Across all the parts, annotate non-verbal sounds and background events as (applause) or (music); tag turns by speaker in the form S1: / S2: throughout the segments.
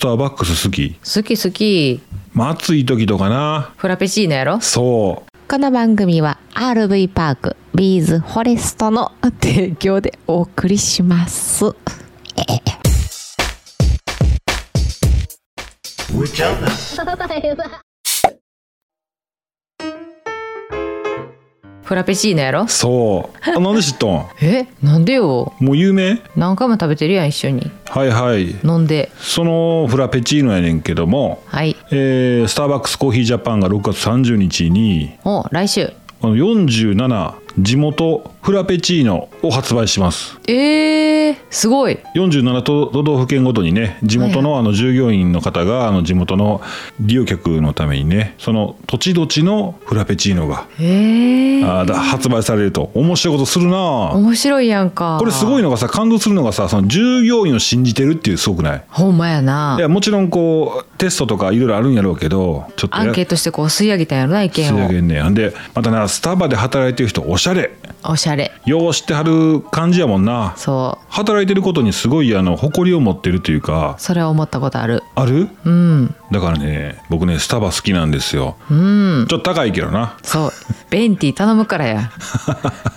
S1: ターバックス好き
S2: 好き好き
S1: まあ暑い時とかな
S2: フラペチーノ (laughs) やろ
S1: そ
S2: この番組は RV パークビーズフォレストの提供でお送りしますフラペチーノやろ
S1: うそうあなんで知っとん
S2: えなんでよ
S1: もう有名
S2: 何回も食べてるやん一緒に
S1: はいはい
S2: 飲んで
S1: そのフラペチーノやねんけども、
S2: はい
S1: えースターバックスコーヒージャパンが6月30日に
S2: お来週
S1: あの47地元フラペチーノを発売します
S2: えー、すごい
S1: 47都都道府県ごとにね地元のあの従業員の方があの地元の利用客のためにねその土地土地のフラペチーノが
S2: えー、
S1: あーだ発売されると面白いことするな
S2: 面白いやんか
S1: これすごいのがさ感動するのがさその従業員を信じてるっていうすごくない
S2: ほんまやない
S1: やもちろんこうテストとかいろいろあるんやろうけどちょっと
S2: ア
S1: や
S2: ンケートしてこう吸い上げたんやろな意
S1: 仕上
S2: 見
S1: げんねんでまたなスタバで働いてる人おしゃれ
S2: をおしゃれ
S1: よう知ってはる感じやもんな
S2: そ
S1: 働いてることにすごいあの誇りを持ってるというか
S2: うそれは思ったことある
S1: ある
S2: うん
S1: だからね僕ねスタバ好きなんですよ
S2: うん
S1: ちょっと高いけどな
S2: そうベンティー頼むか
S1: (laughs)
S2: らや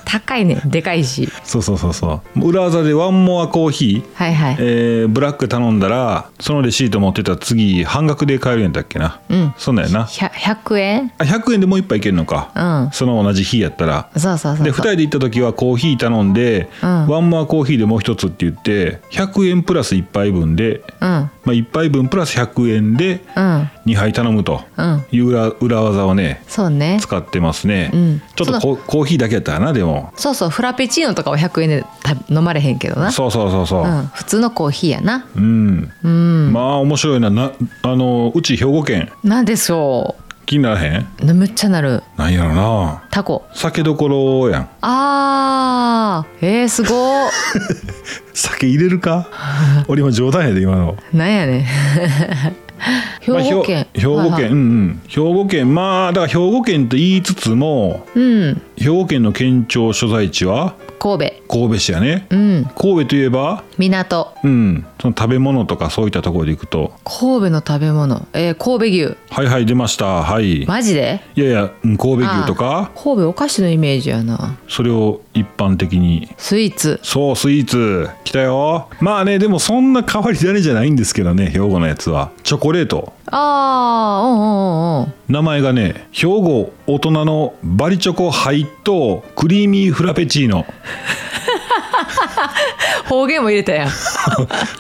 S2: 高いねでかいし
S1: そうそうそうそう裏技でワンモアコーヒー
S2: はいはい
S1: えーブラック頼んだらそのレシート持ってたら次半額で買えるんだっけな
S2: うん
S1: そんなんやな
S2: ひゃ100円
S1: あ100円でもう一杯いけるのか、
S2: うん
S1: その同じ日やったら
S2: そうそうそうそう
S1: で2人で行った時はコーヒー頼んで、
S2: うん
S1: ワンマーコーヒーでもう一つって言って100円プラス1杯分で、
S2: うん
S1: まあ、1杯分プラス100円で
S2: うん
S1: 2杯頼むと
S2: うん
S1: いう裏裏技をね
S2: そうね
S1: 使ってますね、
S2: うん
S1: ちょっとココーヒーだけやったらなでも
S2: そうそうフラペチーノとかは100円で食べ飲まれへんけどな、
S1: そうそうそうそうう、
S2: ん、普通のコーヒーやな
S1: うん
S2: うん
S1: まあ面白いななあのうち兵庫県
S2: なんでしょ
S1: 気にならへん
S2: うむっちゃなる
S1: なんやろな
S2: タコ
S1: 酒どころやん
S2: あーえー、
S1: (laughs)
S2: すごっ
S1: 酒入れる
S2: (laughs)
S1: か俺今冗談やで今の
S2: なんやねん兵
S1: まあ
S2: 庫県、
S1: ひょ兵庫県、
S2: はいはい
S1: うんうん兵庫県まあだから兵庫県と言いつつも
S2: うん
S1: 兵庫県の県庁所在地は
S2: 神戸
S1: 神戸市やね、
S2: うん
S1: 神戸といえば
S2: 港
S1: うんその食べ物とかそういったところで行くと
S2: 神戸の食べ物えー、神戸牛
S1: はいはい出ましたはいい
S2: マジで
S1: やいやうん神戸牛とか
S2: 神戸お菓子のイメージやな
S1: それを一般的に
S2: スイーツ
S1: そうスイーツ来たよまあねでもそんな変わり種じゃないんですけどね兵庫のやつはチョコレート
S2: あーうんうんうんうん
S1: 名前がね兵庫大人のバリチョコハイとクリーミーフラペチーノ
S2: 方言も入れたやん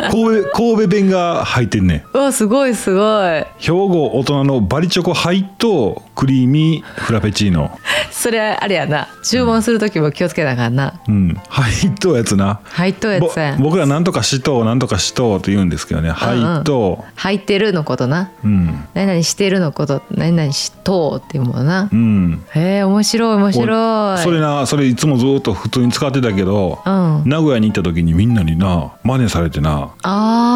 S1: 神戸神戸弁が入ってんねん
S2: うわすごいすごい
S1: 兵庫大人のバリチョコハイとクリーミーフラペチーノ
S2: それあれやな注文する時も気をつけなあかんな
S1: うんハイとやつな
S2: 入っとうや
S1: ぼ
S2: つや
S1: 僕らなんとかしとうなんとかしとうと言うんですけどねハイと
S2: 入ってるのことな
S1: うん
S2: 何々してるのこと何々しとうっていうもんな
S1: うん
S2: へえ面白い面白い
S1: それなそれいつもずっと普通に使ってたけど
S2: うん
S1: 名古屋に行った時にみんなにな真似されてな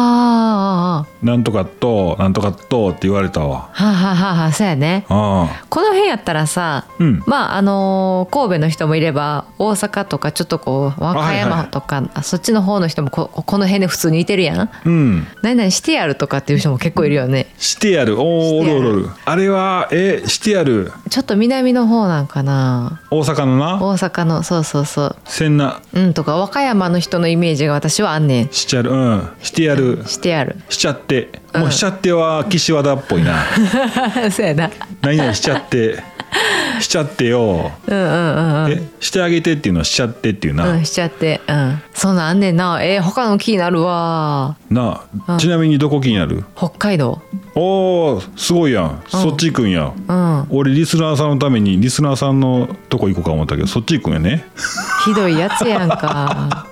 S2: あー
S1: なんとかとなんとかとって言われたわ
S2: はあはあはあはあそうやね
S1: あ
S2: この辺やったらさ
S1: あうん
S2: まああのー神戸の人もいれば大阪とかちょっとこう和歌
S1: はいは
S2: 山
S1: い
S2: とか、あそっちの方の人もここの辺で普通にいてるやん
S1: うん
S2: 何々してやるとかっていう人も結構いるよね
S1: してやるおーお
S2: して
S1: る
S2: やる
S1: おるおるあれはえしてやる
S2: ちょっと南の方なんかな
S1: 大阪のな
S2: 大阪のそうそうそう
S1: 千な
S2: うんとか和歌山の人のイメージが私はあんねん
S1: しちゃるうんしてやる
S2: して
S1: (laughs)
S2: やる
S1: しちゃって
S2: うん
S1: もうしちゃっては岸和田っぽい
S2: (laughs)
S1: な
S2: そうやな
S1: 何々しちゃってしちゃってよ
S2: うんうんうんうん
S1: えしてあげてっていうのはしちゃってっていう
S2: う、
S1: なん
S2: しちゃってうんそんなんあんねんなえー、他の気になるわ
S1: な
S2: う
S1: あ
S2: ん
S1: ちなみにどこ気になる
S2: 北海道
S1: おーすごいやんそっち行くんや
S2: うん
S1: 俺リスナーさんのためにリスナーさんのとこ行こうか思ったけどそっち行くんやね
S2: ひどいやつやん
S1: (laughs)
S2: か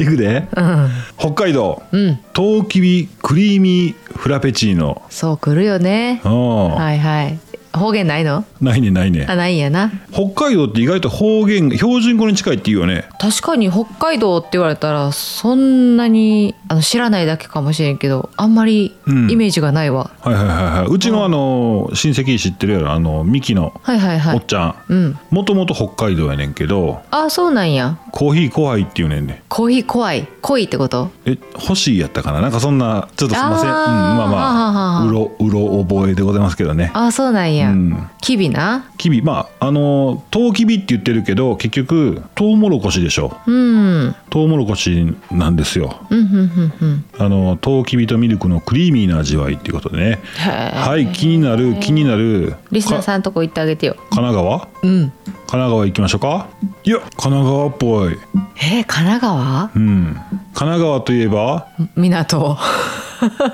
S1: 行くで
S2: うん
S1: 北海道
S2: うん
S1: トウキビクリーミーフラペチーノ
S2: そう来るよね
S1: うん
S2: はいはい方言ないの
S1: ないねないね
S2: あないんやな
S1: 北海道って意外と方言標準語に近いって言うよね
S2: 確かに北海道って言われたらそんなにあの知らないだけかもしれんけどあんまり
S1: うん
S2: イメージがないわ、
S1: はいはいはいはいうちのあの親戚知ってるやろあのミキの
S2: はいはいは
S1: お
S2: い
S1: っちゃん、
S2: うん
S1: もともと北海道やねんけど
S2: あそうなんや
S1: コーヒー怖いって言うねんね
S2: コーヒー怖い濃いってこと
S1: え欲しいやったかななんかそんなちょっとすいません、うん、
S2: あー
S1: まあま
S2: ははは
S1: あ
S2: は
S1: うろうろ覚えでございますけどね
S2: あそうなんや、
S1: うん
S2: きびな
S1: キビまああのトウキビって言ってるけど結局トウモロコシでしょ
S2: うんうん
S1: トウモロコシなんですよ
S2: うんうんうん
S1: あのトウキビとミルクのクリーミーな味わいっていうことでね
S2: へえ
S1: はい気になる気になる
S2: リスナー
S1: か
S2: さんとこ行ってあげてよ
S1: 神奈川
S2: う
S1: 神
S2: ん
S1: 奈川行きましょうかいや神奈川っぽい
S2: えー、神奈川
S1: うん神奈川といえば
S2: 港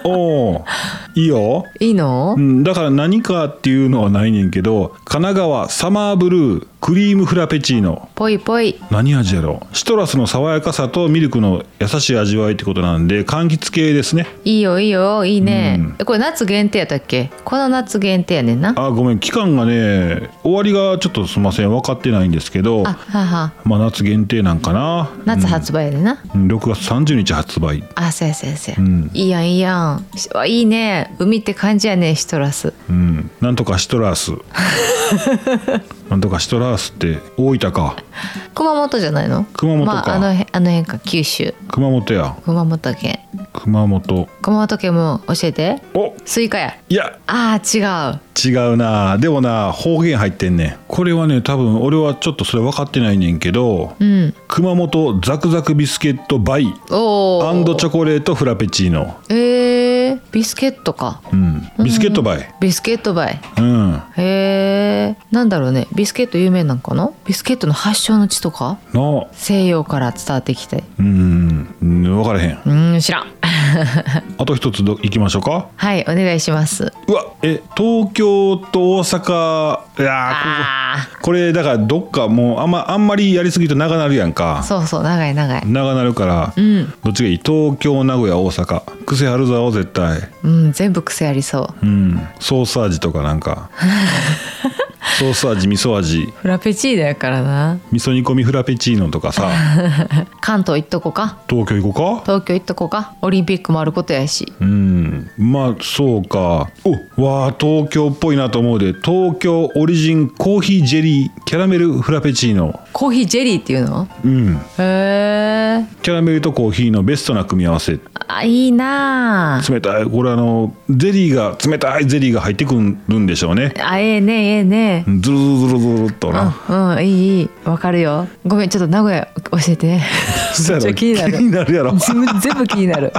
S1: おおいいよ、
S2: いいの
S1: うん、だから何かっていうのはないねんけど神奈川サマーブルークリームフラペチーノ
S2: ぽいぽい
S1: 何味やろシトラスの爽やかさとミルクの優しい味わいってことなんで柑橘系ですね
S2: いいよいいよいいね、
S1: うん
S2: えこれ夏限定やったっけこの夏限定やねんな
S1: あごめん期間がね終わりがちょっとすみません分かってないんですけど
S2: あはは
S1: まあ夏限定なんかな
S2: 夏発売やでな、
S1: うん6月30日発売
S2: あそうやそうやそうや、
S1: うん
S2: いいやんいいやんしわいいね海って感じやねシトラス
S1: うんなんとかシトラー
S2: (laughs)
S1: スなんとかシトラースって大分か
S2: 熊本じゃないの
S1: 熊本か
S2: まあ、あの辺あの辺か九州
S1: 熊本や
S2: 熊本県
S1: 熊本
S2: 熊本県も教えて
S1: お
S2: スイカや
S1: いや
S2: あー違う
S1: 違うなでもな方言入ってんねんこれはね多分俺はちょっとそれ分かってないねんけど
S2: うん
S1: 熊本ザクザクビスケットバイ
S2: おお
S1: アンドチョコレートフラペチーノ、
S2: えー、ビスケットか
S1: うん、ビスケットバイ
S2: ビスケットバイ
S1: うん
S2: へえんだろうねビスケット有名なんかなビスケットの発祥の地とか
S1: の
S2: 西洋から伝わってきて
S1: うんうん分からへん
S2: うーん知らん (laughs)
S1: あと一つど行きましょうか
S2: はいお願いします
S1: うわえ東京と大阪いや
S2: あ
S1: ーここれだからどっかもうあん,、まあんまりやりすぎると長なるやん
S2: あ
S1: か
S2: そうそう長い長い
S1: 長なるから、
S2: うん、
S1: どっちがいい東京名古屋大阪癖あるぞ絶対
S2: うん、全部癖ありそう
S1: うんソース味とかなん
S2: (laughs)
S1: かソース味味噌味
S2: フラペチーノやからな
S1: 味噌煮込みフラペチーノとかさ
S2: (laughs) 関東行っとこか
S1: 東京行こうか
S2: 東京行っとこかオリンピックもあることやし
S1: うんまあそうかおわあ東京っぽいなと思うで東京オリジンコーヒージェリーキャラメルフラペチーノ
S2: コーヒージェリーっていうの
S1: うん
S2: へえ
S1: キャラメルとコーヒーのベストな組み合わせ
S2: あいいなあ
S1: 冷たいこれあのゼリーが冷たいゼリーが入ってくるんでしょうね
S2: あええねええね
S1: ズルズルズルズルっとな
S2: うんいいいいわかるよごめんちょっと名古屋教えてめっちゃ気にな
S1: 気に
S2: る
S1: なるやろ
S2: 全全部気になる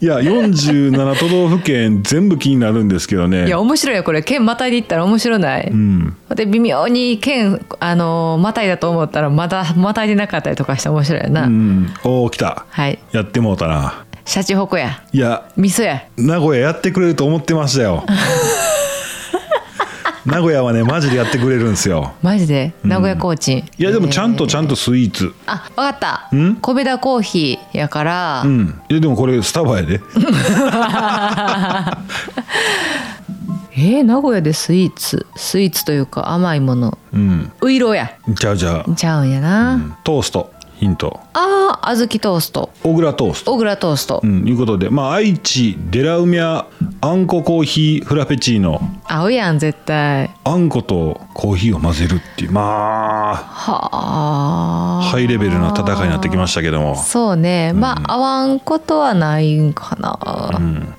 S1: いや47都道府県 (laughs) 全部気になるんですけどね
S2: いや面白いよこれ県またいでいったら面白ない、
S1: うん
S2: で微妙に県あのまたいだと思ったらまだまたいでなかったりとかして面白いよな、
S1: うんおお来た
S2: はい
S1: やってもうたな
S2: シャチホコや
S1: いや
S2: 味噌や
S1: 名古屋やってくれると思ってました
S2: (laughs)
S1: よ名古屋はねマジでやってくれるんですよ
S2: マジで名古屋コーチン、
S1: いやでもちゃんと
S2: えー
S1: ちゃんとスイーツ
S2: あわかった
S1: ん
S2: 米田コーヒーやから、
S1: うんいやでもこれスタバやで
S2: えー名古屋でスイーツスイーツというか甘いもの
S1: うん
S2: ういろうや
S1: ちゃうちゃう、
S2: ちゃうんやな、
S1: うんトーストヒント
S2: あー小豆トースト
S1: 小倉トースト
S2: 小倉トースト、
S1: うんいうことでまあ愛知デラウミアあんこコーヒーフラペチーノ
S2: 合うやん絶対
S1: あんことコーヒーを混ぜるっていうまあ
S2: はあ
S1: ハイレベルな戦いになってきましたけども
S2: そうねまあ、合わんことはないんかな、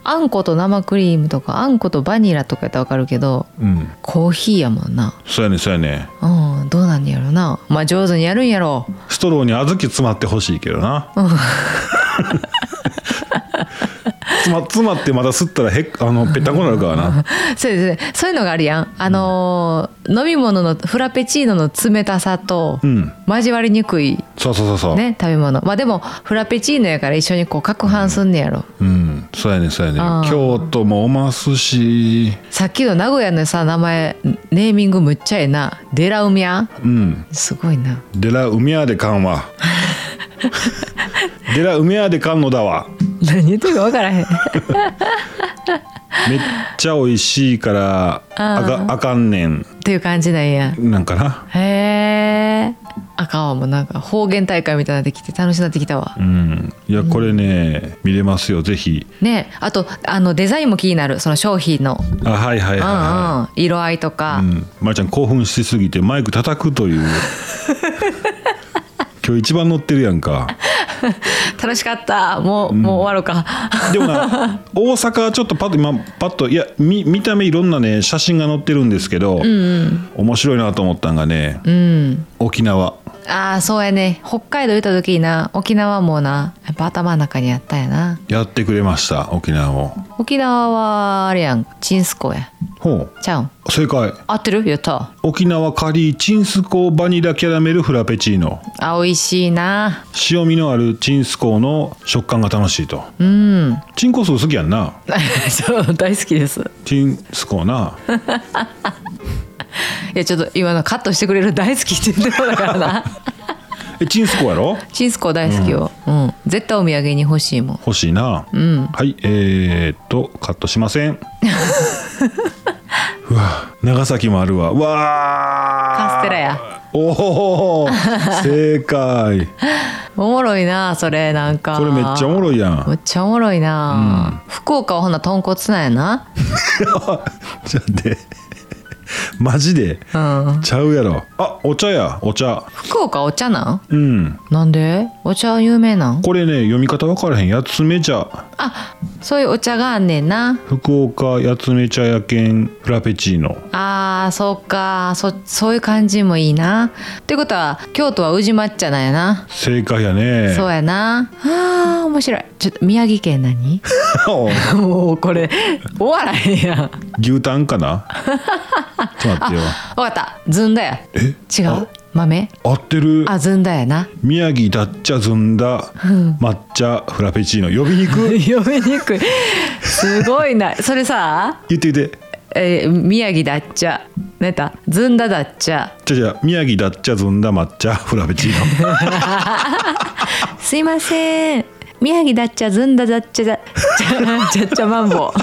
S2: あんこと生クリームとかあんことバニラとかやったらわかるけど
S1: うん
S2: コーヒーやもんな
S1: そうやねそうやね
S2: うんどうなんやろなまあ上手にやるんやろ (laughs)
S1: ストローに小豆詰まってほしいけどな。詰ま詰まってまた吸ったらへっあのぺったんこなるからな。
S2: そうですねそういうのがあるやんあのー飲み物のフラペチーノの冷たさと
S1: うん。
S2: 交わりにくい
S1: そうそうそうそう。
S2: ね食べ物まあでもフラペチーノやから一緒にこう攪拌すんねやろ、
S1: うん。そうやねそうやね
S2: あ。ー
S1: 京都もおますし。
S2: さっきの名古屋のさ名前ネーミングむっちゃええなデラウミアン
S1: うん。
S2: すごいな
S1: デラ海屋でかん
S2: (laughs)
S1: わ。デラ海屋でかんのだわ。
S2: 何言ってるか分からへん
S1: めっちゃ美味しいからあ
S2: あー
S1: かあかんねん
S2: っていう感じなんや
S1: なんかな
S2: へえ赤はもうなんか方言大会みたいになってきて楽しくなってきたわ
S1: うんいやこれね、見れますよぜひ
S2: ねえあとあのデザインも気になるその商品の、
S1: あはいはいはいは
S2: うんうん、色合いとか、
S1: い、うんまーちゃん興奮しすぎてマイク叩くという今日一番乗ってるやんか
S2: (laughs) 楽しかったもう、もう終わろうか (laughs)
S1: でもな大阪はちょっとパッと今パッといや見見た目いろんなね写真が載ってるんですけど、面白いなと思ったんがね、
S2: うん
S1: 沖縄
S2: ああそうやね北海道行った時にな沖縄もなやっぱ頭の中にあったんやな
S1: やってくれました沖縄を
S2: 沖縄はあれやんチンスコや
S1: ほ
S2: ちゃうん
S1: う正解
S2: 合ってるやった
S1: 沖縄カリーチンスコーバニラキャラメルフラペチーノ
S2: あ美味しいな (laughs)
S1: 塩味のあるチンスコーの食感が楽しいと
S2: うん
S1: チンコス好きやんな
S2: そう大好きです
S1: チンスコーない
S2: やちょっと今のカットしてくれる (laughs) 大好きって言ってもだからな (laughs)
S1: えチンスコーやろ
S2: チンスコ大好きよ、うん絶対お土産に欲しいもん
S1: 欲しいな、はいえー、っとカットしま
S2: (laughs)
S1: せんうわ長崎もあるわうわー
S2: カステラや
S1: おお正
S2: (laughs)
S1: 解
S2: おもろいなそれなんか
S1: これめっちゃおもろいや
S2: め
S1: ん
S2: っちゃおもろいな、福岡はほな豚骨なんやな
S1: ちょっと待って (laughs) マジで
S2: うん
S1: ちゃうやろあお茶やお茶
S2: 福岡お茶なん
S1: うん
S2: なんでお茶有名なん
S1: これね読み方分からへんやつめ茶
S2: あそういうお茶があんねんな
S1: 福岡やつめ茶やけんフラペチーノ
S2: あーそうかそそういう感じもいいなってことは京都は宇治抹茶なんやな、
S1: 正解やね
S2: そうやなあー面白いちょっと宮城県何 (laughs)
S1: (laughs)
S2: もうこれ終わらへんやん分
S1: 牛タンか
S2: (laughs)
S1: なちょっと待ってよ
S2: かったずんだや
S1: え
S2: 違う豆
S1: 合ってる
S2: あずんだや (laughs) な
S1: 宮城だっちゃずんだ抹茶フラペチーノ呼びに
S2: (laughs)
S1: 行く
S2: 読みにくいすごいなそれさ、
S1: 言って言って
S2: えー宮城だっちゃ何やったずんだだっちゃ
S1: じゃあじゃあ宮城だっちゃずんだ抹茶フラペチー
S2: (laughs)
S1: ノ
S2: すいません宮城だっちゃずんだだっちゃだ (laughs) ちゃちゃっちゃマンボ (laughs)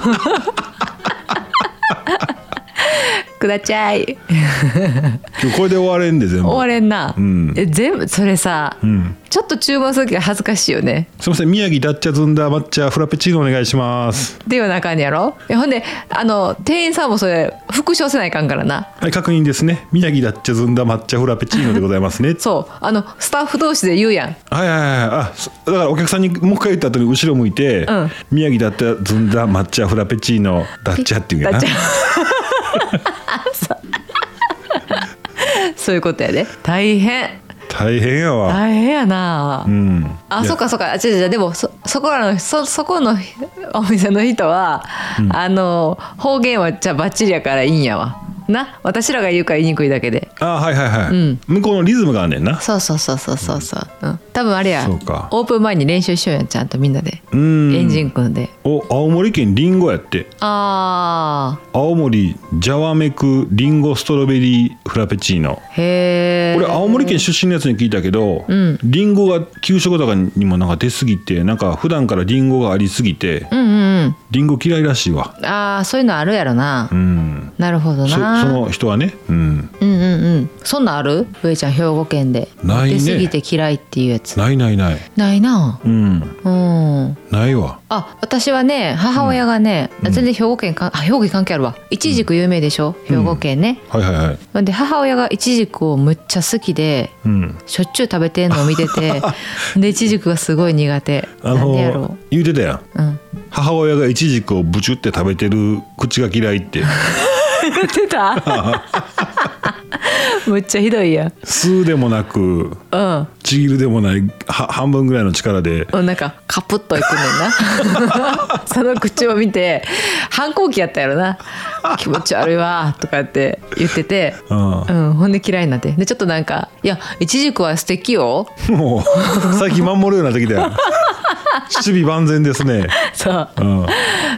S2: くだちゃい
S1: 今日これで終われんで全部
S2: 終われんな、
S1: ん
S2: え全部それさ、ちょっと注文するけど恥ずかしいよね
S1: すいません宮城だっちゃずんだ抹茶フラペチーノお願いします
S2: っていうような感じやろえほんであの店員さんもそれ復唱せないかんからな
S1: はい確認ですね宮城だっちゃずんだ抹茶フラペチーノでござい
S2: (laughs)
S1: ますね
S2: そうあのスタッフ同士で言うやん
S1: はいはいはいあそだからお客さんにもう一回言った後に後ろ向いて、
S2: うん
S1: 宮城だっちゃずんだ抹茶フラペチーノだっちゃっていうんや
S2: (laughs)
S1: な
S2: だっち (laughs) そういうことやで大変
S1: 大変やわ、
S2: 大変やな、
S1: うん
S2: あ
S1: いや
S2: そうかそうかあ違う違うでもそそこらのそそこの (laughs) お店の人は、あの方言はじゃあバッチリやからいいんやわな私らが言うから言いにくいだけで
S1: あはいはいはい、
S2: ん
S1: 向こうのリズムがあんねんな
S2: そうそうそうそうそうそう、うん、多分あれや
S1: そうか
S2: オープン前に練習しようやんちゃんとみんなで、
S1: うん
S2: エンジン組んで
S1: お青森県リンゴやって
S2: あ
S1: 青森ジャワメクリンゴストロベリーフラペチーノ
S2: ーへえ
S1: 俺青森県出身のやつに聞いたけど、
S2: ん
S1: リンゴが給食とかにもなんか出すぎてなんか普段からリンゴがありすぎて
S2: うんうん
S1: リンゴ嫌いらしいわ
S2: うんああそういうのあるやろな、
S1: うん
S2: なるほど
S1: そそ
S2: な
S1: の人はねうん
S2: うんうんうんそんなんある上ちゃん兵庫県で
S1: ないね
S2: 出過ぎて嫌いっていうやつ
S1: ないないない
S2: ないな
S1: うん
S2: うん
S1: ないわ
S2: あ私はね母親がね、全然兵庫県かあ兵庫県関係あるわいちじく有名でしょ、兵庫県ね
S1: はいはいはい
S2: で母親がいちじくをむっちゃ好きで
S1: うん
S2: しょっちゅう食べてんのを見
S1: (laughs)
S2: ててでいちじくがすごい苦手
S1: あ
S2: なんでやろ
S1: の (laughs) 言うてたやん
S2: う、うん、
S1: 母親がイチジクをブチュって食べてる口が嫌いって
S2: 言ってた (laughs) むっちゃひどいやん
S1: 吸うでもなく
S2: うん
S1: ちぎるでもないは半分ぐらいの力で
S2: うんなんかカプッといくねん
S1: (laughs)
S2: なその口を見て反抗期やったやろな気持ち悪いわとかって言ってて、
S1: う
S2: うん、ほんで嫌いになってでちょっとなんか「いやいちじくは素敵よ
S1: もう最近守るようになってきた
S2: (laughs)
S1: よ守備万全ですね」
S2: そう
S1: うん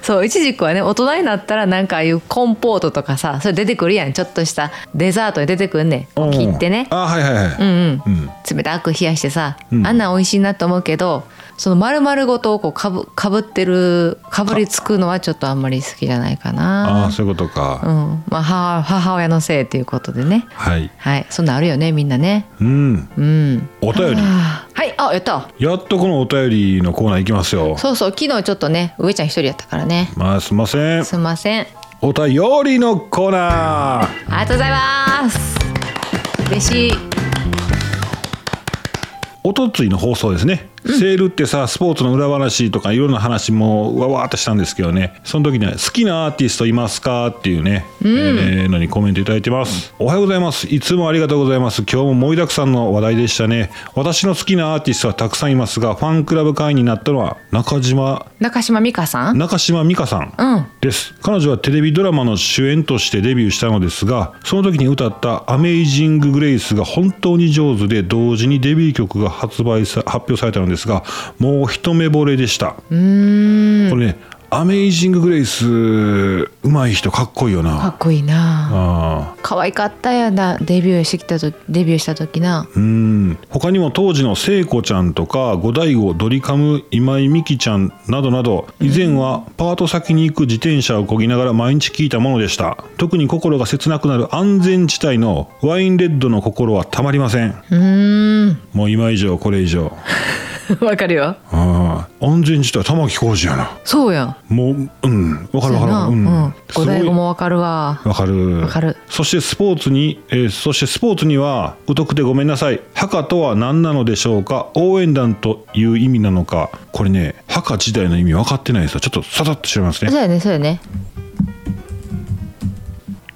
S2: そういちじくはね大人になったらなんかああいうコンポートとかさそれ出てくるやんちょっとしたデザートに出てくんね
S1: うん
S2: ん切ってね
S1: あはいはいはい
S2: うん
S1: うん
S2: うん冷たく冷やしてさ、
S1: うん
S2: あんなん美味しいなと思うけどその丸々ごとをこうかぶかぶってるかぶりつくのはちょっとあんまり好きじゃないか
S1: ああ
S2: な
S1: そういうことか、
S2: うんまあ母母親のせいということでね
S1: はい
S2: はいそんなんあるよねみんなね
S1: うん
S2: うん
S1: お便り
S2: あーはいあやった
S1: やっとこのお便りのコーナー行きますよ
S2: そうそう昨日ちょっとね上ちゃん一人やったからね
S1: まあすいません
S2: すんません
S1: お便りのコーナー
S2: ありがとうございます嬉しい
S1: おとついの放送ですね、セールってさスポーツの裏話とかいろんな話もわわーっとしたんですけどねその時には「好きなアーティストいますか?」っていうね、えーのにコメントいただいてます、おはようございますいつもありがとうございます今日も盛りだくさんの話題でしたね私の好きなアーティストはたくさんいますがファンクラブ会員になったのは中島
S2: 中島美香さん
S1: 中島美香さん
S2: うん
S1: です彼女はテレビドラマの主演としてデビューしたのですがその時に歌った「アメイジング・グレイス」が本当に上手で同時にデビュー曲が発売さ発表されたのですがもう一目惚れでしたこれね「アメイジング・グレイス」上手い人かっこいいよ
S2: か
S1: な
S2: っこいいな
S1: あ
S2: 可愛かったやなデビューしてきたとデビューした時な
S1: ーうん他にも当時の聖子ちゃんとか五大悟ドリカム今井美樹ちゃんなどなど以前はパート先に行く自転車をこぎながら毎日聴いたものでした特に心が切なくなる安全地帯のワインレッドの心はたまりません
S2: うーん
S1: もう今以上これ以上
S2: (laughs) わかるよ
S1: あー安全地帯玉置浩二やな
S2: そうやん
S1: もううんわかるわかるわか
S2: う
S1: る
S2: んうん
S1: す
S2: 五
S1: ごい
S2: 代五もわかるわ
S1: わかる。
S2: わかる
S1: そしてスポーツに、えーそしてスポーツには疎くてごめんなさい。墓とは何なのでしょうか。応援団という意味なのか。これね、墓自体の意味分かってないですよ。ちょっとさらっと調べます
S2: そう
S1: ね。
S2: やねそうやね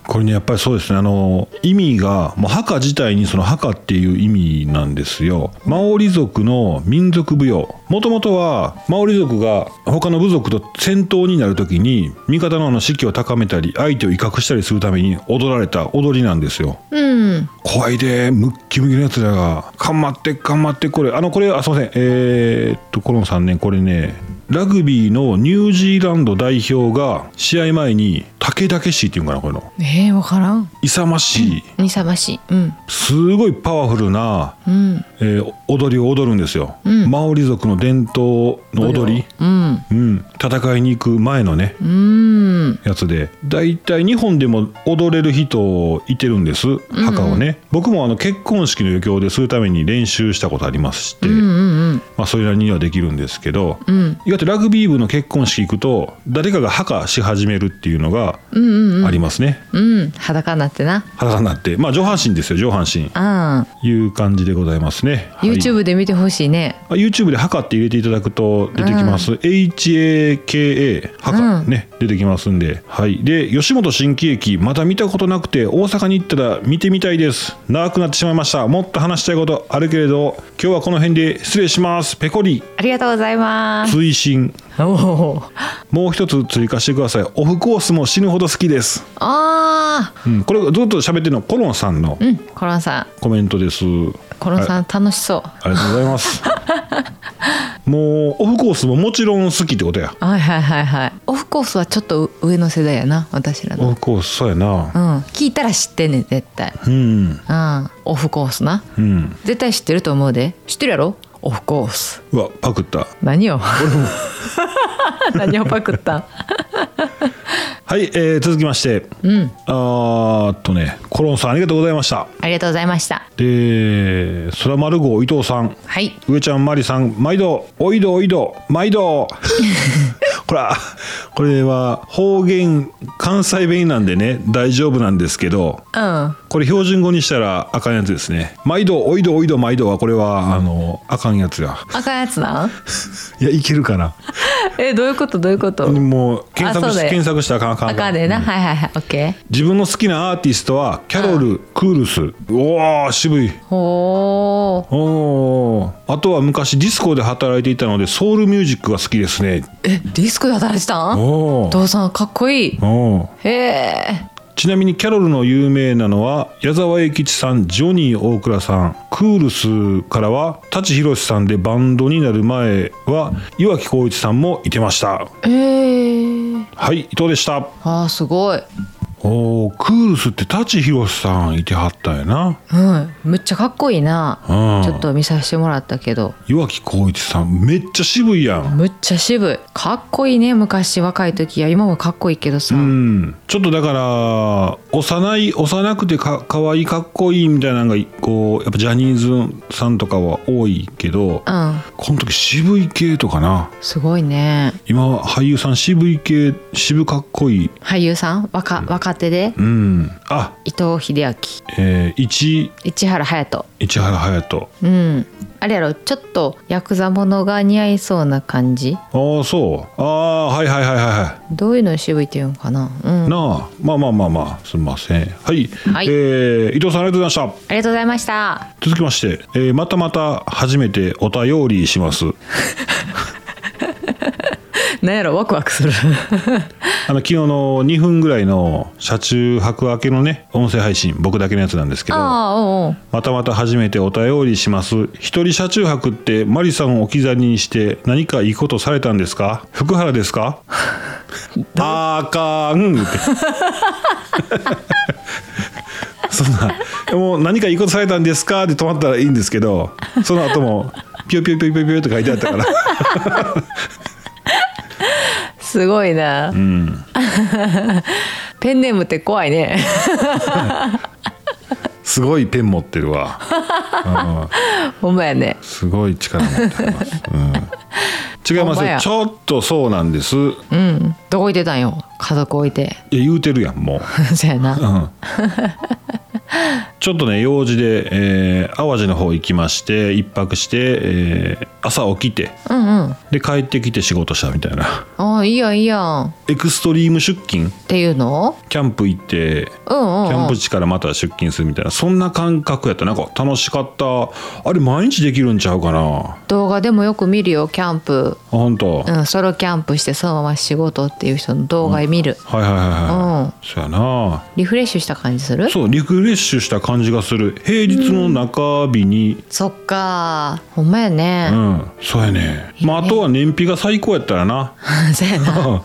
S1: これね、やっぱりそうですね。あの意味がもう墓自体にその墓っていう意味なんですよ。マオリ族の民族舞踊。もともとはマオリ族が他の部族と戦闘になるときに味方のあの士気を高めたり相手を威嚇したりするために踊られた踊りなんですよ。
S2: うん
S1: 怖いでムッキムキのやつらが頑張って頑張ってこれあのこれあすいませんえーっとこの3年これねラグビーのニュージーランド代表が試合前に「竹武氏」っていうんかなこういうの
S2: えー、わからん
S1: 勇ましい
S2: にさましいうん
S1: すごいパワフルな、
S2: うん
S1: えー踊りを踊るんですよ、
S2: うん
S1: マオリ族の伝統の踊り、
S2: うん
S1: うん、戦いに行く前のね
S2: うん
S1: やつで大体日本でも踊れる人いてるんです墓をね、僕もあの結婚式の余興でするために練習したことありまして、
S2: うんうん
S1: まあ、それなりにはできるんですけど、
S2: うんうん
S1: 意外とラグビー部の結婚式行くと誰かが墓し始めるっていうのが
S2: うんうん
S1: ありますね、
S2: うん裸になってな
S1: 裸になってまあ上半身ですよ上半身
S2: うん
S1: いう感じでございますね、はい
S2: YouTube で見てほしいね
S1: あ YouTube で「墓」って入れていただくと出てきます、HAKA 墓
S2: うん
S1: ね、出てきますんではいで吉本新喜劇まだ見たことなくて大阪に行ったら見てみたいです長くなってしまいましたもっと話したいことあるけれど今日はこの辺で失礼しますペコリ
S2: ありがとうございます
S1: 追伸
S2: おお
S1: もう一つ追加してくださいオフコースも死ぬほど好きです、
S2: あー
S1: うん、これずっと喋ってるのコロンさんの
S2: うんコロンさん
S1: コメントです、
S2: コロンさん楽しそう
S1: ありがとうございます
S2: (laughs)
S1: もうオフコースももちろん好きってことや
S2: はいはいはいはいオフコースはちょっと上の世代やな私らの
S1: オフコースそうやな
S2: うん聞いたら知ってんねん絶対
S1: うん
S2: うんオフコースな
S1: うん
S2: 絶対知ってると思うで知ってるやろオフコース
S1: うわパクった
S2: 何を (laughs) 何をパクったん
S1: はい、えー続きまして
S2: うん
S1: あーっとねコロンさんありがとうございました
S2: ありがとうございました
S1: で空丸号伊藤さん
S2: はい
S1: 上ちゃんまりさん毎度おいどおいど毎 (laughs) 度こらこれは方言関西弁なんでね大丈夫なんですけど
S2: うん
S1: これ標準語にしたらあかんやつですね毎度おいどおいど毎度はこれはあのあかんやつや
S2: 赤いやつなん
S1: いやいけるかな
S2: (laughs) えどういうことどういうこと
S1: もう検
S2: あ
S1: 索
S2: そう
S1: し
S2: だよ
S1: 検索したらあかんあかんあか
S2: 赤
S1: ん
S2: でな、はいはいはいオッケ
S1: 自分の好きなアーティストはキャロル、クールスおお渋い
S2: ーほー
S1: おーあとは昔ディスコで働いていたのでソウルミュージックが好きですね
S2: えディスコで働いてたん
S1: お
S2: お
S1: ー
S2: 父さんかっこいい
S1: おー
S2: へえ
S1: ちなみにキャロルの有名なのは矢沢永吉さんジョニー大倉さんクールスからは舘ひろしさんでバンドになる前は岩城浩一さんもいてました
S2: えー、
S1: はい伊藤でした
S2: あーすごい
S1: おークールスって舘ひろしさんいてはったんやな
S2: うんむっちゃかっこいいな、
S1: うん
S2: ちょっと見させてもらったけど
S1: 岩城浩一さんめっちゃ渋いやん
S2: むっちゃ渋いかっこいいね昔若い時いや今もかっこいいけどさ、
S1: うん、ちょっとだから幼い幼くてかかわいいかっこいいみたいなのがこうやっぱジャニーズさんとかは多いけど
S2: うん
S1: この時渋い系とかな
S2: すごいね
S1: 今俳優さん渋い系渋かっこいい
S2: 俳優さん若若手で
S1: うんあ
S2: 伊藤英明
S1: えー、一
S2: 市原隼
S1: 市原隼
S2: 人うんあれやろちょっとヤクザものが似合いそうな感じ
S1: 人ああそうああはいはいはいはいは
S2: どういうの渋いっていうんかなうん
S1: いなあまあまあまあまあすみませんはい、
S2: はい
S1: えー伊藤さんありがとうございました
S2: ありがとうございました
S1: 続きまして、えーまたまた初めてお便りします
S2: なんやろワクワクする
S1: あの昨日の2分ぐらいの車中泊明けのね音声配信僕だけのやつなんですけどま
S2: ああおうおう
S1: たまた初めてお便りします一人車中泊ってマリさんを置き去りにして何かいいことされたんですか福原です
S2: (laughs)
S1: かあーかーんって (laughs) そんなもう何かいいことされたんですかって止まったらいいんですけどその後もピョピョピョピョピョって書いてあったから
S2: すごいな、 (laughs) ペンネームって怖
S1: (laughs)
S2: いね
S1: すごいペン持ってるわ、うん
S2: ほんまやね
S1: すごい力持ってます。うん、違いま
S2: ほ
S1: す
S2: んまや
S1: よ。ちょっとそうなんです。いや
S2: うんどこ置いてたんよ家族置いて (laughs)
S1: 言うてるやんもう。
S2: そうや
S1: う
S2: なん
S1: ちょっとね用事で、えー淡路の方行きまして一泊して、えー朝起きて
S2: うんうん
S1: で帰ってきて仕事したみたいな
S2: ああいいやんいいやんっ
S1: エクストリーム出勤
S2: ていうの
S1: キャンプ行って
S2: うんうん、うん、
S1: キャンプ地からまた出勤するみたいなそんな感覚やったなんか楽しかったあれ毎日できるんちゃうかな
S2: 動画でもよく見るよキャンプ、
S1: あ本当、
S2: うん、ソロキャンプしてそのまま仕事っていう人の動画見る、
S1: はいはいはいはい、
S2: うん
S1: そうやな
S2: リフレッシュした感じするそ
S1: そうリフレッシュした感じがする平日の中日に
S2: っかほんまや
S1: う
S2: ね、
S1: ん、そうやねまああとは燃費が最高やったら
S2: (laughs)
S1: な (laughs)
S2: そうやな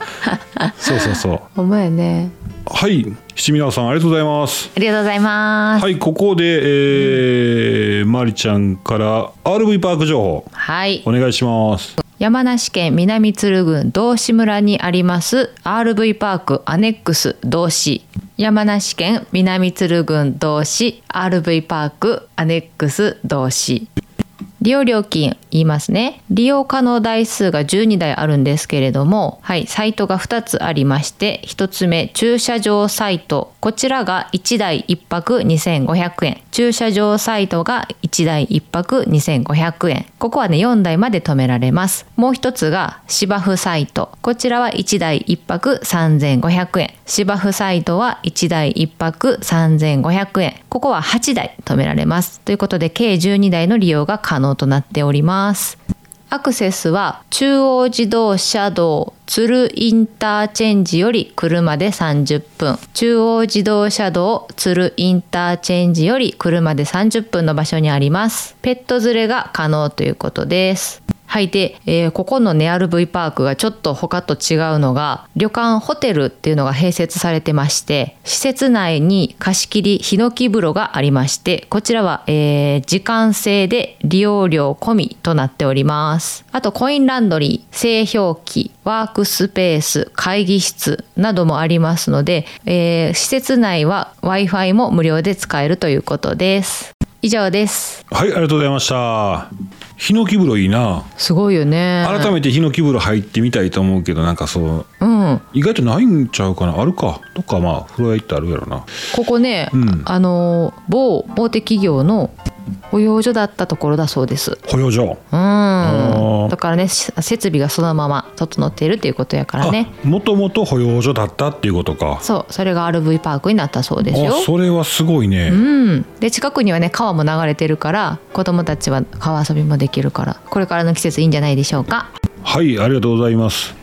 S1: そうそうそう
S2: ほんまやね
S1: はい七味直さんありがとうございます
S2: ありがとうございます
S1: はいここでえーまりちゃんから RV パーク情報
S2: はい
S1: お願いします
S2: 山梨県南鶴郡道志村にあります RV パークアネックス道志山梨県南鶴郡道志 RV パークアネックス道志利用料金言いますね利用可能台数が12台あるんですけれども、はい、サイトが2つありまして1つ目駐車場サイトこちらが1台1泊2500円駐車場サイトが1台1泊2500円ここはね4台まで止められますもう1つが芝生サイトこちらは1台1泊3500円芝生サイトは1台1泊3500円ここは8台止められますということで計12台の利用が可能となっておりますアクセスは中央自動車道鶴インターチェンジより車で30分中央自動車道鶴インターチェンジより車で30分の場所にありますペット連れが可能ということですはいで、えーここのね RV パークがちょっと他と違うのが旅館ホテルっていうのが併設されてまして施設内に貸し切りヒノキ風呂がありましてこちらは、えー時間制で利用料込みとなっておりますあとコインランドリー製氷機ワークスペース会議室などもありますので、えー施設内は w i f i も無料で使えるということです以上です
S1: はいありがとうございましたヒノキ風呂いいな
S2: すごいよね
S1: 改めてヒノキ風呂入ってみたいと思うけどなんかそう
S2: うん
S1: 意外とないんちゃうかなあるかとかまあ風呂屋行ってあるやろな
S2: ここね、
S1: うん
S2: あの某大手企業の保養所だったところだそうです。
S1: 保養所
S2: うん、
S1: あー
S2: だからねし設備がそのまま整っているということやからね
S1: あもともと保養所だったっていうことか
S2: そうそれが RV パークになったそうですよ
S1: あ。それはすごいね、
S2: うん、で近くにはね川も流れてるから子供たちは川遊びもできるからこれからの季節いいんじゃないでしょうか。
S1: はいありがとうございます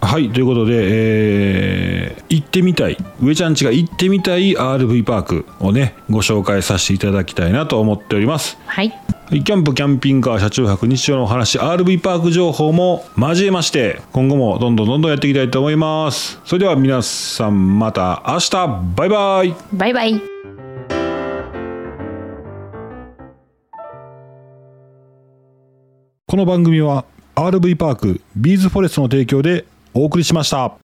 S1: はいということで、えー行ってみたい上ちゃんちが行ってみたい RV パークをねご紹介させていただきたいなと思っております
S2: はい、
S1: キャンプキャンピングカー車中泊日常のお話 RV パーク情報も交えまして今後もどんどんどんどんやっていきたいと思いますそれでは皆さんまた明日バイバイ
S2: バイバイ
S1: この番組は RV パークビーズフォレストの提供でお送りしました